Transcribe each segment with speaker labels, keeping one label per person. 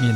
Speaker 1: 面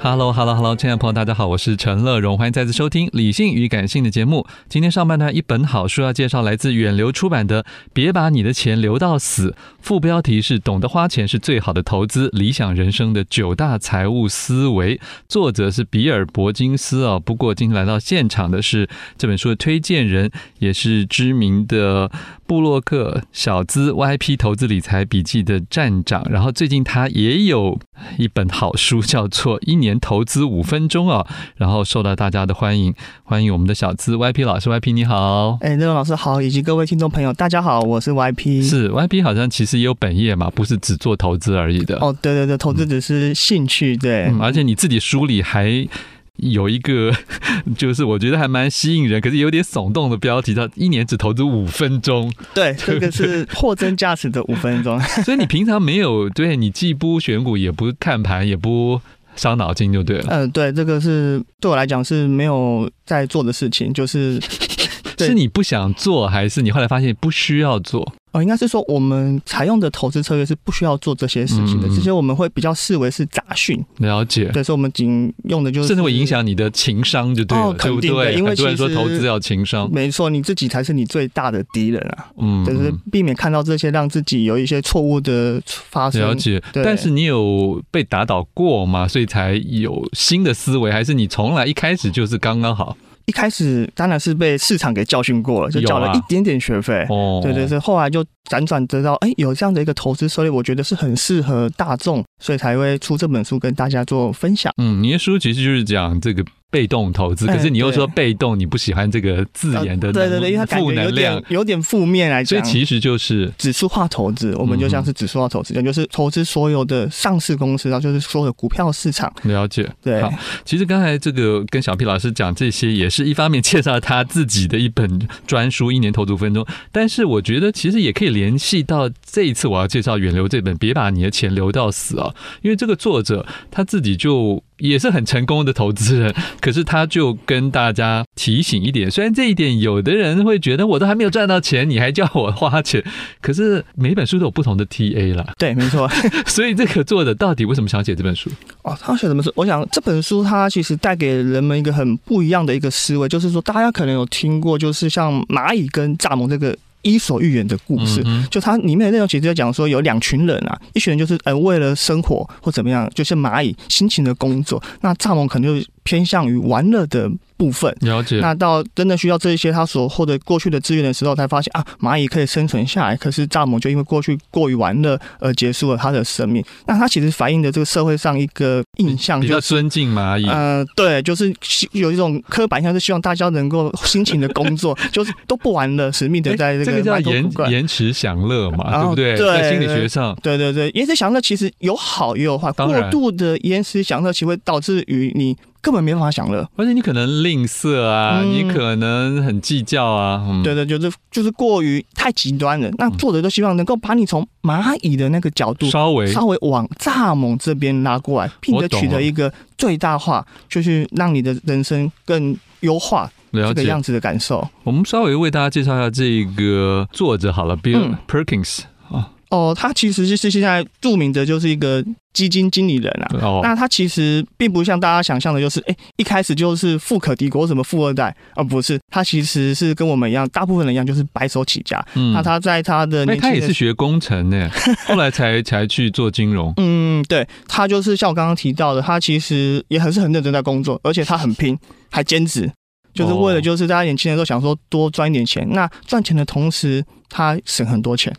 Speaker 1: Hello，Hello，Hello，亲爱的朋友，大家好，我是陈乐荣，欢迎再次收听《理性与感性》的节目。今天上半段一本好书要介绍，来自远流出版的《别把你的钱留到死》，副标题是“懂得花钱是最好的投资：理想人生的九大财务思维”，作者是比尔·伯金斯哦。不过今天来到现场的是这本书的推荐人，也是知名的布洛克小资 YP 投资理财笔记的站长。然后最近他也有一本好书，叫做《一年》。年投资五分钟啊、哦，然后受到大家的欢迎，欢迎我们的小资 YP 老师，YP 你好，
Speaker 2: 哎，任老师好，以及各位听众朋友，大家好，我是 YP，
Speaker 1: 是 YP 好像其实也有本业嘛，不是只做投资而已的，
Speaker 2: 哦，对对对，投资只是兴趣，嗯、对、
Speaker 1: 嗯，而且你自己书里还。有一个 就是我觉得还蛮吸引人，可是有点耸动的标题，叫“一年只投资五分钟”。
Speaker 2: 对，这 个是货真价实的五分钟。
Speaker 1: 所以你平常没有对你既不选股，也不看盘，也不。伤脑筋就 对了。
Speaker 2: 嗯、呃，对，这个是对我来讲是没有在做的事情，就是
Speaker 1: 是你不想做，还是你后来发现不需要做？
Speaker 2: 哦，应该是说我们采用的投资策略是不需要做这些事情的，嗯、这些我们会比较视为是杂讯。
Speaker 1: 了解，
Speaker 2: 对，所以我们仅用的就是，
Speaker 1: 甚至会影响你的情商，就对了，哦、
Speaker 2: 肯定
Speaker 1: 的对不对？
Speaker 2: 因为
Speaker 1: 很多人说投资要情商，
Speaker 2: 没错，你自己才是你最大的敌人啊。嗯，就是避免看到这些让自己有一些错误的发生。
Speaker 1: 了解，但是你有被打倒过吗？所以才有新的思维，还是你从来一开始就是刚刚好？
Speaker 2: 一开始当然是被市场给教训过了，就缴了一点点学费。
Speaker 1: 啊哦、
Speaker 2: 啊， 对对对，后来就辗转得到，哎、欸，有这样的一个投资策略，我觉得是很适合大众，所以才会出这本书跟大家做分享。
Speaker 1: 嗯，你的书其实就是讲这个。被动投资，可是你又说被动，嗯、你不喜欢这个字眼的、呃，
Speaker 2: 哎对对对，因为它感觉有点有点负面来
Speaker 1: 讲，所以其实就是
Speaker 2: 指数化投资，我们就像是指数化投资，也、嗯、就是投资所有的上市公司，然后就是所有的股票市 场。
Speaker 1: 了解，
Speaker 2: 对。
Speaker 1: 好，其实刚才这个跟小 P 老师讲这些，也是一方面介绍他自己的一本专书《一年投资五分钟》，但是我觉得其实也可以联系到这一次我要介绍远流这本《别把你的钱留到死》啊，因为这个作者他自己就。也是很成功的投资人，可是他就跟大家提醒一点，虽然这一点有的人会觉得我都还没有赚到钱，你还叫我花钱，可是每本书都有不同的 TA 啦。
Speaker 2: 对，没错。
Speaker 1: 所以这个作者到底为什么想写这本书？
Speaker 2: 哦，他写这本书，我想这本书它其实带给人们一个很不一样的一个思维，就是说大家可能有听过，就是像蚂蚁跟蚱蜢这个。伊索寓言的
Speaker 1: 嗯
Speaker 2: 故事，就它里面的内容其实在讲说有两群人啊，一群人就是呃为了生活或怎么样，就像蚂蚁辛勤的工作，那蚱蜢可能就偏向于玩乐的。部分
Speaker 1: 了解，
Speaker 2: 那到真的需要这一些他所获得过去的资源的时候，才发现啊，蚂蚁可以生存下来。可是蚱蜢就因为过去过于玩乐而结束了他的生命。那他其实反映的这个社会上一个印象、就是，
Speaker 1: 比较尊敬蚂蚁。
Speaker 2: 呃，对，就是有一种刻板印象，是希望大家能够辛勤的工作， 就是都不玩了，使命的在
Speaker 1: 这个、欸、这个叫延延迟享乐嘛，啊、对不对？
Speaker 2: 哦对，
Speaker 1: 在心理学上，
Speaker 2: 对对对，延迟享乐其实有好也有坏，过度的延迟享乐其实会导致于你。根本没办法享乐，
Speaker 1: 而且你可能吝啬啊，嗯、你可能很计较啊，
Speaker 2: 嗯、对对，就是就是过于太极端了。那作者都希望能够把你从蚂蚁的那个角度
Speaker 1: 稍微
Speaker 2: 稍微往蚱蜢这边拉过来，并且取得一个最大化，就是让你的人生更优化。
Speaker 1: 了解
Speaker 2: 这个样子的感受。
Speaker 1: 我们稍微为大家介绍一下这个作者好了，Bill Perkins 啊、嗯。
Speaker 2: 哦，他其实就是现在著名的就是一个基金经理人啊。
Speaker 1: 哦，
Speaker 2: 那他其实并不像大家想象的，就是哎、一开始就是富可敌国，什么富二代啊，不是，他其实是跟我们一样，大部分人一样，就是白手起家。
Speaker 1: 嗯
Speaker 2: 那他在他的
Speaker 1: 哎，
Speaker 2: 年轻
Speaker 1: 他也
Speaker 2: 的
Speaker 1: 是学工程 呢，后来才才去做金融。
Speaker 2: 嗯，对他就是像我刚刚提到的，他其实也很是很认真在工作，而且他很拼，还兼职，就是为
Speaker 1: 哦
Speaker 2: 了就是大家年轻的时候想说多赚一点钱，那赚钱的同时他省很多钱，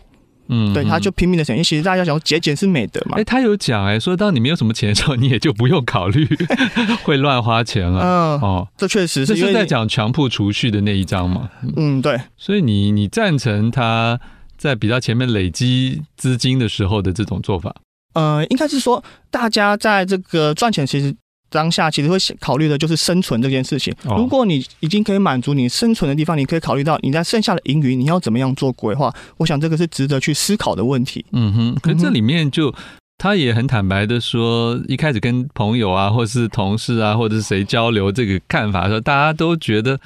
Speaker 1: 嗯，
Speaker 2: 对，
Speaker 1: 嗯
Speaker 2: 他就拼命的省，因为其实大家想说节俭是美德嘛
Speaker 1: 哎、，他有讲哎、说当你没有什么钱的时候，你也就不用考虑 会乱花钱了。
Speaker 2: 嗯，
Speaker 1: 哦，
Speaker 2: 这确实
Speaker 1: 这
Speaker 2: 是因
Speaker 1: 是
Speaker 2: 为
Speaker 1: 在
Speaker 2: 你，
Speaker 1: 讲强迫储蓄的那一章嘛？
Speaker 2: 嗯，对，
Speaker 1: 所以你你赞成他在比较前面累积资金的时候的这种做法？
Speaker 2: 呃，应该是说大家在这个赚钱其实。当下其实会考虑的就是生存这件事情。
Speaker 1: 哦
Speaker 2: 如果你已经可以满足你生存的地方，你可以考虑到你在剩下的盈余你要怎么样做规划。我想这个是值得去思考的问题。
Speaker 1: 嗯哼，可是
Speaker 2: 嗯
Speaker 1: 这
Speaker 2: 哼
Speaker 1: 里面就。他也很坦白的说，一开始跟朋友啊，或是同事啊，或者是谁交流这个看法的时候，大家都觉得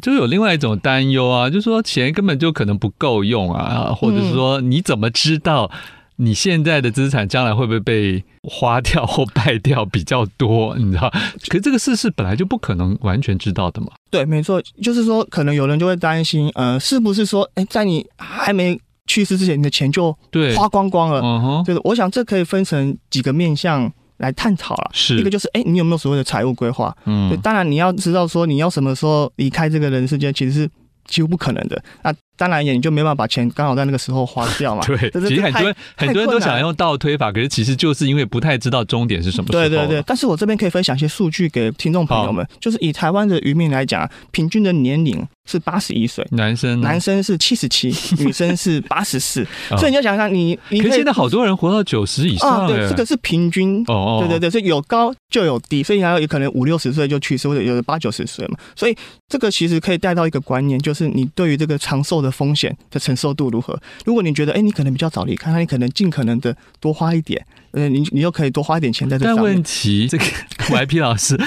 Speaker 1: 就有另外一种担忧啊，就说钱根本就可能不够用啊，或者是说你怎么知道你现在的资产将来会不会被花掉或败掉比较多？你知道？可是这个事是本来就不可能完全知道的嘛。
Speaker 2: 对，没错，就是说，可能有人就会担心，呃，是不是说，哎，在你还没去世之前，你的钱就
Speaker 1: 对，
Speaker 2: 花光光了？
Speaker 1: 嗯哼，
Speaker 2: 就是我想这可以分成几个面向来探讨了。
Speaker 1: 是
Speaker 2: 一个就是，哎，你有没有所谓的财务规划？对，
Speaker 1: 嗯。
Speaker 2: 当然你要知道说你要什么时候离开这个人世间，其实是几乎不可能的。那当然也你就没办法把钱刚好在那个时候花掉嘛
Speaker 1: 对，
Speaker 2: 这是
Speaker 1: 其实很多人
Speaker 2: 太
Speaker 1: 很多人都
Speaker 2: 困难
Speaker 1: 想
Speaker 2: 了
Speaker 1: 用倒推法，可是其实就是因为不太知道终点是什么时候。
Speaker 2: 对对对，，但是我这边可以分享一些数据给听众朋友们，
Speaker 1: 嗯
Speaker 2: 就是以台湾的渔民来讲啊，平均的年龄是八十一岁。
Speaker 1: 男生呢
Speaker 2: 男生是七十 七，女生是八十四，
Speaker 1: 嗯哦
Speaker 2: 所以你要想想，你你
Speaker 1: 可是
Speaker 2: 可以
Speaker 1: 现在好多人活到九十以上
Speaker 2: 啊，对，
Speaker 1: 哎
Speaker 2: 这个是平均，
Speaker 1: 哦哦，
Speaker 2: 对对对，所以有高就有低，所以还有可能五六十岁就去世，或者有的八九十岁嘛，所以这个其实可以带到一个观念，就是你对于这个长寿的风险的承受度如何。如果你觉得，哎，你可能比较早离开，那你可能尽可能的多花一点，呃，你你又可以多花一点钱在这
Speaker 1: 但
Speaker 2: 上
Speaker 1: 问
Speaker 2: 面。
Speaker 1: 题，这个 YP 老师，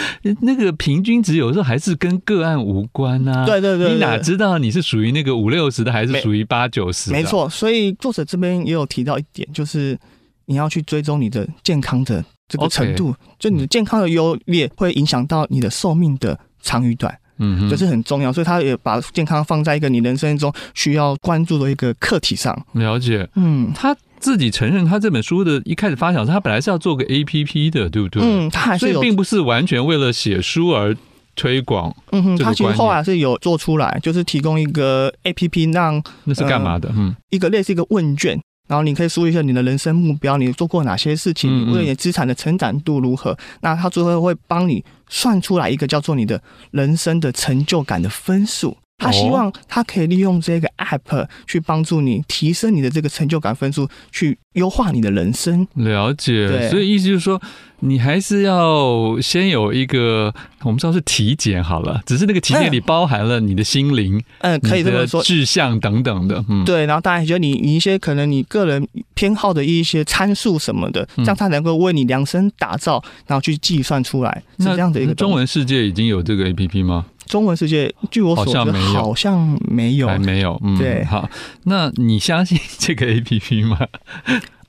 Speaker 1: 那个平均值有时候还是跟个案无关啊。
Speaker 2: 对对对对
Speaker 1: 你哪知道你是属于那个五六十的，还是
Speaker 2: 没
Speaker 1: 属于八九十？
Speaker 2: 没，错，所以作者这边也有提到一点，就是你要去追踪你的健康的这个
Speaker 1: OK
Speaker 2: 程度就你的健康的优劣会影响到你的寿命的长与短，
Speaker 1: 嗯哼，
Speaker 2: 这、是很重要。所以他也把健康放在一个你人生中需要关注的一个课题上。
Speaker 1: 了解。
Speaker 2: 嗯
Speaker 1: 他自己承认，他这本书的一开始发想，他本来是要做个 APP 的，对不对？，
Speaker 2: 嗯，他还
Speaker 1: 所
Speaker 2: 是
Speaker 1: 以
Speaker 2: 有
Speaker 1: 并不是完全为了写书而推广，
Speaker 2: 嗯哼，
Speaker 1: 这个
Speaker 2: 他其实
Speaker 1: 观念
Speaker 2: 后来是有做出来，就是提供一个 A P P 让
Speaker 1: 那是干嘛的？嗯，
Speaker 2: 一个类似一个问卷，然后你可以梳理一下你的人生目标，你做过哪些事情，
Speaker 1: 嗯嗯
Speaker 2: 你为了你的资产的成长度如何。那它最后会帮你算出来一个叫做你的人生的成就感的分数。他希望他可以利用这个 app 去帮助你提升你的这个成就感分数，去优化你的人生。
Speaker 1: 嗯了解，
Speaker 2: 对
Speaker 1: 所以意思就是说，你还是要先有一个，我们知道是体检好了，只是那个体检里包含了你的心灵、
Speaker 2: 嗯，可以这
Speaker 1: 你
Speaker 2: 么
Speaker 1: 的
Speaker 2: 说。
Speaker 1: 志向等等的，嗯，
Speaker 2: 对，然后当然觉得你你一些可能你个人偏好的一些参数什么的，
Speaker 1: 嗯
Speaker 2: 这样它能够为你量身打造，然后去计算出来，是
Speaker 1: 那
Speaker 2: 这样的一个
Speaker 1: 那中
Speaker 2: 东西
Speaker 1: 文世界已经有这个 A P P 吗？
Speaker 2: 中文世界，据我所知
Speaker 1: 好像没有
Speaker 2: 好像没有。
Speaker 1: 还没有，嗯，
Speaker 2: 对
Speaker 1: 好，那你相信这个 A P P 吗？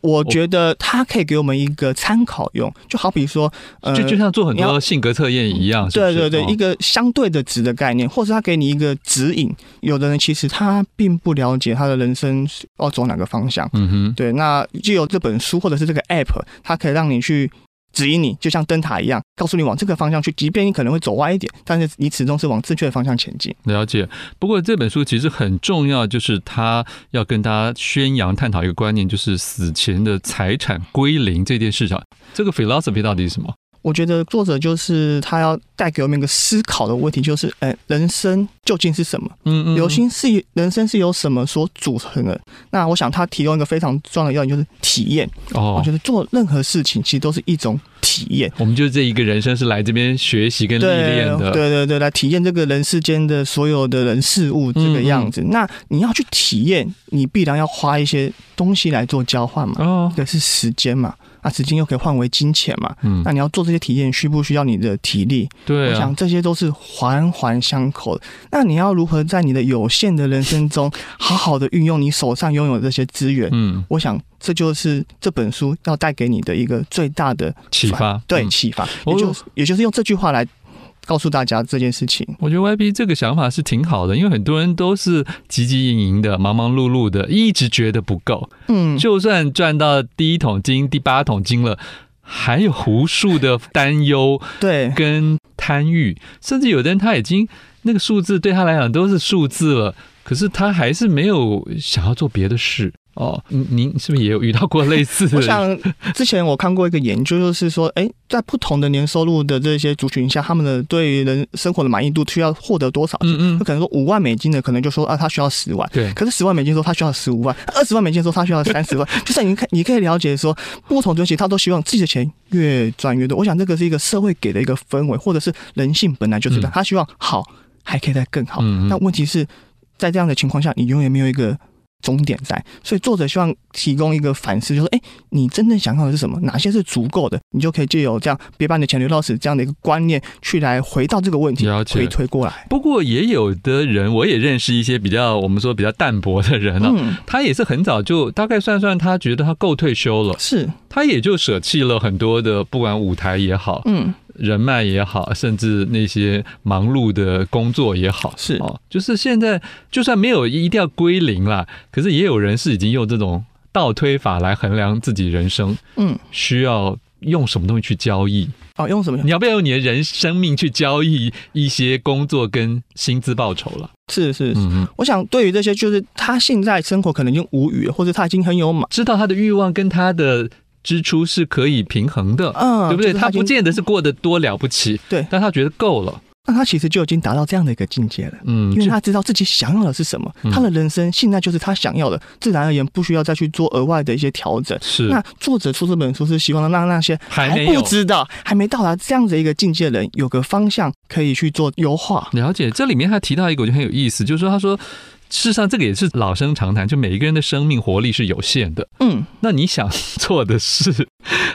Speaker 2: 我觉得它可以给我们一个参考用，就好比说，呃，
Speaker 1: 就就像做很
Speaker 2: 你
Speaker 1: 多
Speaker 2: 要
Speaker 1: 性格测验一样，是不
Speaker 2: 对
Speaker 1: 是
Speaker 2: 对对，
Speaker 1: 哦
Speaker 2: 一个相对的值的概念，或是它给你一个指引。有的人其实他并不了解他的人生是要走哪个方向。
Speaker 1: 嗯哼，
Speaker 2: 对，那就有这本书或者是这个 app，它可以让你去指引你，就像灯塔一样，告诉你往这个方向去。即便你可能会走歪一点，但是你始终是往正确的方向前进。
Speaker 1: 了解。不过这本书其实很重要，就是它要跟大家宣扬、探讨一个观念，就是死前的财产归零这件事上，这个 philosophy 到底是什么？
Speaker 2: 我觉得作者就是他要带给我们一个思考的问题，就是，呃，人生究竟是什么？
Speaker 1: 嗯
Speaker 2: 流星是以人生是由什么所组成的？那我想他提供一个非常重要的要点，就是体验。我
Speaker 1: 哦
Speaker 2: 觉。得做任何事情其实都是一种体验。
Speaker 1: 我们就这一个人生是来这边学习跟历
Speaker 2: 对
Speaker 1: 练的，
Speaker 2: 对对对，来体验这个人世间的所有的人事物这个样
Speaker 1: 嗯
Speaker 2: 子。那你要去体验，你必然要花一些东西来做交换嘛，
Speaker 1: 哦
Speaker 2: 一，个是时间嘛，啊，纸巾又可以换为金钱嘛。
Speaker 1: 嗯
Speaker 2: 那，你要做这些体验，需不需要你的体力？
Speaker 1: 对
Speaker 2: 我
Speaker 1: 啊
Speaker 2: 想，这些都是环环相扣的。那你要如何在你的有限的人生中，好好的运用你手上拥有的这些资源？
Speaker 1: 嗯，
Speaker 2: 我想，这就是这本书要带给你的一个最大的
Speaker 1: 启发，
Speaker 2: 对
Speaker 1: 嗯
Speaker 2: 启发，
Speaker 1: 哦
Speaker 2: 也就是也就是用这句话来告诉大家这件事情。
Speaker 1: 我觉得 YB 这个想法是挺好的，因为很多人都是汲汲营营的、忙忙碌碌的，一直觉得不够，
Speaker 2: 嗯，
Speaker 1: 就算赚到第一桶金、第八桶金了，还有无数的担忧
Speaker 2: 对
Speaker 1: 跟贪欲，甚至有的人他已经那个数字对他来讲都是数字了，可是他还是没有想要做别的事。哦，您您是不是也有遇到过类似的？
Speaker 2: 我想之前我看过一个研究，就是说，哎，在不同的年收入的这些族群下，他们的对于人生活的满意度需要获得多少？
Speaker 1: 嗯嗯
Speaker 2: 就，可能说五万美金的，可能就说啊，他需要十万。
Speaker 1: 对，
Speaker 2: 可是十万美金说他需要十五万，二十万美金说他需要三 十万，就是你看你可以了解说，不同东西他都希望自己的钱越赚越多。我想这个是一个社会给的一个氛围，或者是人性本来就是这样，
Speaker 1: 嗯
Speaker 2: 他希望好还可以再更好。
Speaker 1: 嗯嗯
Speaker 2: 那问题是在这样的情况下，你永远没有一个终点在，所以作者希望提供一个反思，就是哎、诶你真正想要的是什么？哪些是足够的？你就可以借由这样别把你的钱留到死这样的一个观念，去来回到这个问题
Speaker 1: 了，解
Speaker 2: 回推过来。
Speaker 1: 不过也有的人，我也认识一些比较我们说比较淡薄的人啊，
Speaker 2: 嗯，
Speaker 1: 他也是很早就大概算算，他觉得他够退休了，
Speaker 2: 是，
Speaker 1: 他也就舍弃了很多的，不管舞台也好，
Speaker 2: 嗯，
Speaker 1: 人脉也好，甚至那些忙碌的工作也好，
Speaker 2: 是
Speaker 1: 哦，就是现在就算没有一定要归零啦，可是也有人是已经用这种倒推法来衡量自己人生
Speaker 2: 嗯，
Speaker 1: 需要。用什么东西去交易？
Speaker 2: 哦，用什么？
Speaker 1: 你要不要用你的人生命去交易一些工作跟薪资报酬了？
Speaker 2: 是是是。
Speaker 1: 嗯嗯，
Speaker 2: 我想，对于这些，就是他现在生活可能已经无语了，或者他已经很有满，
Speaker 1: 知道他的欲望跟他的支出是可以平衡的，
Speaker 2: 嗯，
Speaker 1: 对不对？
Speaker 2: 就是
Speaker 1: 他
Speaker 2: 已经
Speaker 1: 不，见得是过得多了不起，
Speaker 2: 对
Speaker 1: 但他觉得够了，
Speaker 2: 那他其实就已经达到这样的一个境界了。
Speaker 1: 嗯，
Speaker 2: 因为
Speaker 1: 就
Speaker 2: 他知道自己想要的是什么，
Speaker 1: 嗯
Speaker 2: 他的人生现在就是他想要的，自然而然不需要再去做额外的一些调整。
Speaker 1: 是
Speaker 2: 那作者出这本书是希望让那些
Speaker 1: 还没有
Speaker 2: 不知道、还没到达这样子一个境界的人，有个方向可以去做优化。
Speaker 1: 了解。这里面还提到一个，我觉得很有意思，就是说他说，事实上这个也是老生常谈，就每一个人的生命活力是有限的，
Speaker 2: 嗯，
Speaker 1: 那你想做的事，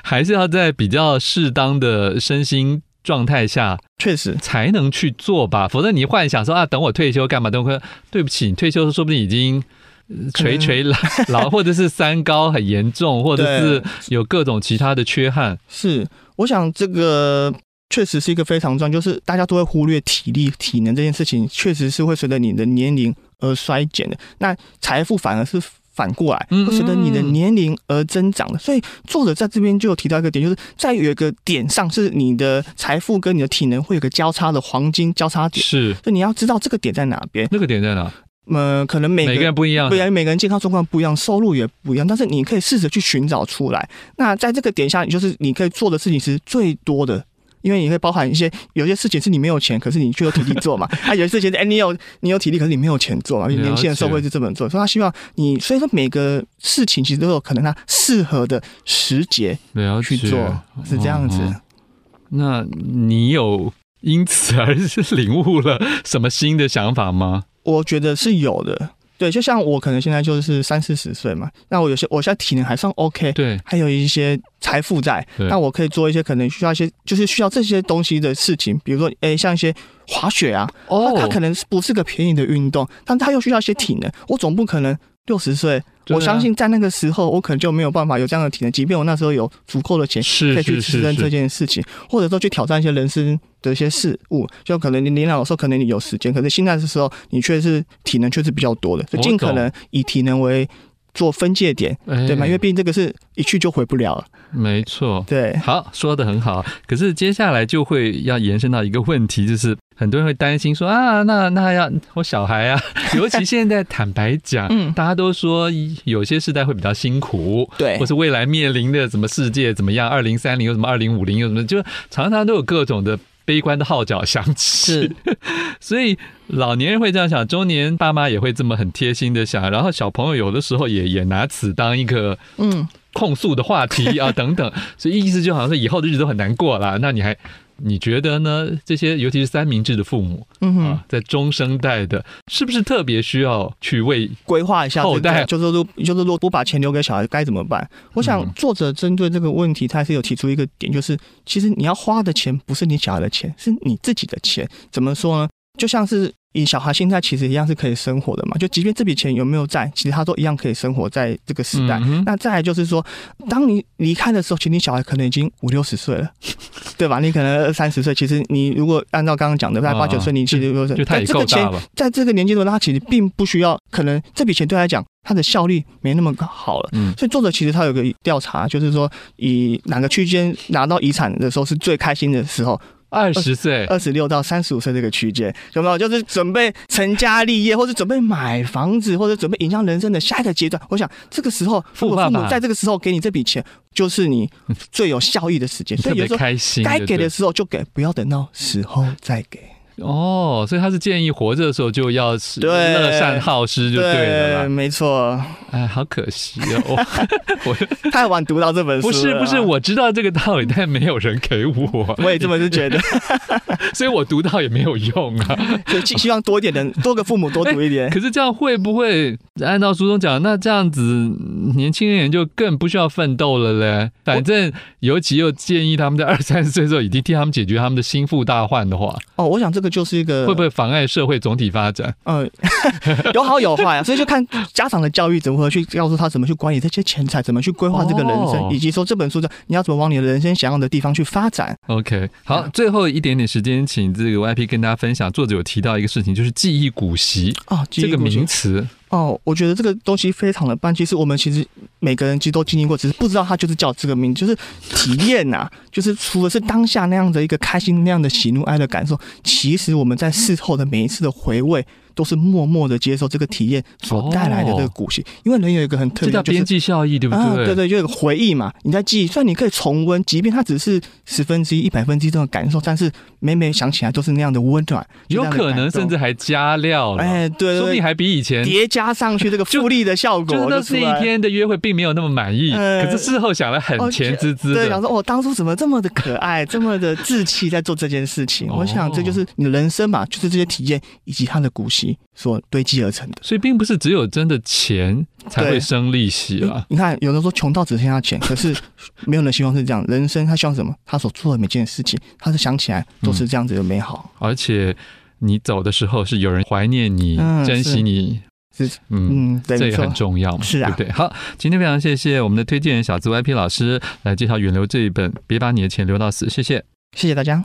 Speaker 1: 还是要在比较适当的身心。状态下
Speaker 2: 确实，
Speaker 1: 才能去做吧，否则你幻想说啊，等我退休干嘛？等我对不起，你退休说不定已经呃
Speaker 2: 可
Speaker 1: 垂
Speaker 2: 能
Speaker 1: 垂老老，或者是三高很严重，或者是
Speaker 2: 对
Speaker 1: 有各种其他的缺憾。
Speaker 2: 是，我想这个确实是一个非常重要，就是大家都会忽略体力、体能这件事情，确实是会随着你的年龄而衰减的。那财富反而是。反过来，
Speaker 1: 嗯
Speaker 2: 会随着你的
Speaker 1: 嗯嗯
Speaker 2: 年龄而增长的，所以作者在这边就有提到一个点，就是在有一个点上，是你的财富跟你的体能会有个交叉的黄金交叉点，
Speaker 1: 是
Speaker 2: 所以你要知道这个点在哪边。
Speaker 1: 那个点在哪？
Speaker 2: 呃，可能每
Speaker 1: 每
Speaker 2: 个
Speaker 1: 个人不一样
Speaker 2: 不。然每个人健康状况不一样，收入也不一样，但是你可以试着去寻找出来。那在这个点下，你就是你可以做的事情是最多的。因为你会包含一些，有些事情是你没有钱，可是你却有体力做 嘛；，啊，有些事情，哎、你有你有体力，可是你没有钱做嘛。因为年轻人社会是这么做，所以他希望你，所以说每个事情其实都有可能他适合的时节哦
Speaker 1: 了解
Speaker 2: 去做，是这样子。
Speaker 1: 嗯嗯那你有因此而是领悟了什么新的想法吗？
Speaker 2: 我觉得是有的。对，就像我可能现在就是三四十岁嘛，那我有些我现在体能还算 OK，
Speaker 1: 对，
Speaker 2: 还有一些财富在，
Speaker 1: 对
Speaker 2: 那我可以做一些可能需要一些，就是需要这些东西的事情，比如说，诶，像一些滑雪啊，
Speaker 1: 哦
Speaker 2: 它它可能是不是个便宜的运动，但它又需要一些体能，我总不可能六十岁，
Speaker 1: 对啊
Speaker 2: 我相信在那个时候，我可能就没有办法有这样的体能，即便我那时候有足够的钱，可
Speaker 1: 是
Speaker 2: 以去
Speaker 1: 是
Speaker 2: 支撑
Speaker 1: 是
Speaker 2: 这
Speaker 1: 是，
Speaker 2: 件事情，或者说去挑战一些人生的一些事物。就可能你年老的时候，可能你有时间，可是现在的时候，你却是体能却是比较多的，所以
Speaker 1: 我
Speaker 2: 尽可
Speaker 1: 哦懂
Speaker 2: 能以体能为做分界点，
Speaker 1: 哎
Speaker 2: 对吗？因为毕竟这个是一去就回不了了，
Speaker 1: 没错。
Speaker 2: 对。
Speaker 1: 好，说的很好。可是接下来就会要延伸到一个问题，就是很多人会担心说啊，那那要我小孩 啊，尤其现在坦白讲，
Speaker 2: 嗯
Speaker 1: 大家都说有些世代会比较辛苦，
Speaker 2: 对
Speaker 1: 或是未来面临的什么世界怎么样，二零三零有什么二零五零有什么，就常常都有各种的悲观的号角响起。所以老年人会这样想，中年爸妈也会这么很贴心的想，然后小朋友有的时候也也拿此当一个
Speaker 2: 嗯，
Speaker 1: 控诉的话题啊等等，所以意思就好像是以后的日子都很难过啦。那你还你觉得呢？这些尤其是三明治的父母
Speaker 2: 嗯哼，
Speaker 1: 啊，在中生代的，是不是特别需要去为
Speaker 2: 规划一下、这个、
Speaker 1: 后代
Speaker 2: 就是说，就是说，不把钱留给小孩该怎么办？我想
Speaker 1: 嗯
Speaker 2: 作者针对这个问题，他还是有提出一个点，就是其实你要花的钱不是你小孩的钱，是你自己的钱。怎么说呢？就像是以小孩现在其实一样是可以生活的嘛，就即便这笔钱有没有在，其实他都一样可以生活在这个时代。
Speaker 1: 嗯哼
Speaker 2: 那再来就是说，当你离开的时候，其实你小孩可能已经五六十岁了，对吧？你可能二三十岁，其实你如果按照刚刚讲的，大概八九岁，你其实就是
Speaker 1: 啊就他
Speaker 2: 在
Speaker 1: 也
Speaker 2: 这
Speaker 1: 够
Speaker 2: 个钱
Speaker 1: 大了，
Speaker 2: 在这个年纪的时候，他其实并不需要，可能这笔钱对他来讲，他的效率没那么好了。
Speaker 1: 嗯
Speaker 2: 所以作者其实他有个调查，就是说以哪个区间拿到遗产的时候是最开心的时候，
Speaker 1: 二十岁，
Speaker 2: 二十六到三十五岁这个区间，有没有？就是准备成家立业，或者准备买房子，或者准备迎向人生的下一个阶段。我想这个时候，
Speaker 1: 富
Speaker 2: 如果
Speaker 1: 爸
Speaker 2: 父母
Speaker 1: 爸
Speaker 2: 在这个时候给你这笔钱，就是你最有效益的时间。所
Speaker 1: 特
Speaker 2: 以有
Speaker 1: 别
Speaker 2: 时候
Speaker 1: 开心，
Speaker 2: 该
Speaker 1: 对
Speaker 2: 给
Speaker 1: 不对
Speaker 2: 的时候就给，不要等到时候再给。
Speaker 1: 哦，所以他是建议活着的时候就要是
Speaker 2: 对
Speaker 1: 乐善好施就对了啦。
Speaker 2: 没错。
Speaker 1: 哎，好可惜哦， 我我
Speaker 2: 太晚读到这本书
Speaker 1: 不
Speaker 2: 了
Speaker 1: 是不是，我知道这个道理，但没有人给我，
Speaker 2: 我也这么 是觉得，
Speaker 1: 所以我读到也没有用 啊。
Speaker 2: 所以希希望多一点人，多个父母多读一点。
Speaker 1: 可是这样会不会按照书中讲，那这样子年轻人就更不需要奋斗了嘞？反正尤其又建议他们在二三十岁的时候已经替他们解决他们的心腹大患的话，
Speaker 2: 哦，我想这个就是一个
Speaker 1: 会不会妨碍社会总体发展？
Speaker 2: 嗯， 有好有坏啊，所以就看家长的教育如何去告诉他怎么去管理这些钱财，怎么去规划这个人生，
Speaker 1: 哦
Speaker 2: 以及说这本书的你要怎么往你的人生想要的地方去发展。
Speaker 1: OK，好，
Speaker 2: 呃
Speaker 1: 最后一点点时间，请这个 YP 跟大家分享。作者有提到一个事情，就是记忆古习
Speaker 2: 哦，记忆
Speaker 1: 这个
Speaker 2: 故事
Speaker 1: 名词。
Speaker 2: 哦，我觉得这个东西非常的棒。其实我们其实每个人其实都经历过，只是不知道它就是叫这个名，就是体验呐、 就是除了是当下那样的一个开心、那样的喜怒哀乐感受，其实我们在事后的每一次的回味，都是默默的接受这个体验所带来的这个骨息。因为人有一个很特
Speaker 1: 哦这叫
Speaker 2: 别，就是
Speaker 1: 边际效益，对不对？
Speaker 2: 啊，对对，就有个回忆嘛，你在记忆，虽然你可以重温，即便它只是十分之一、一百分之一这种感受，但是每每想起来都是那样的温暖，就
Speaker 1: 有
Speaker 2: 那样的
Speaker 1: 可能
Speaker 2: 感动
Speaker 1: 甚至还加料了，
Speaker 2: 哎，对
Speaker 1: 说不
Speaker 2: 对
Speaker 1: 定
Speaker 2: 对，
Speaker 1: 还比以前。
Speaker 2: 叠加上去这个复利的效
Speaker 1: 就是
Speaker 2: 果
Speaker 1: 那
Speaker 2: 就
Speaker 1: 是
Speaker 2: 出
Speaker 1: 一
Speaker 2: 来。
Speaker 1: 天的约会并没有那么满意，
Speaker 2: 呃
Speaker 1: 可是事后想来很
Speaker 2: 哦
Speaker 1: 甜滋滋
Speaker 2: 对，
Speaker 1: 的
Speaker 2: 想。说哦，当初怎么这么的可爱，这么的志气，在做这件事情。
Speaker 1: 哦
Speaker 2: 我想这就是你的人生嘛，就是这些体验以及它的骨息所堆积而成的。
Speaker 1: 所以并不是只有真的钱才会
Speaker 2: 对
Speaker 1: 生利息啦。
Speaker 2: 你看，有人说穷到只剩下钱，可是没有人希望是这样。人生他希望什么？他所做的每件事情，他是想起来都
Speaker 1: 嗯
Speaker 2: 是这样子的美好。
Speaker 1: 而且你走的时候是有人怀念你、
Speaker 2: 嗯
Speaker 1: 珍惜
Speaker 2: 是
Speaker 1: 你，
Speaker 2: 是
Speaker 1: 嗯
Speaker 2: 嗯，对，
Speaker 1: 这
Speaker 2: 没
Speaker 1: 也
Speaker 2: 错
Speaker 1: 很。重要嘛，
Speaker 2: 是啊
Speaker 1: 对不对？好，今天非常谢谢我们的推荐人小资 YP 老师来介绍《远流》这一本《别把你的钱留到死》，谢谢。
Speaker 2: 谢谢大家。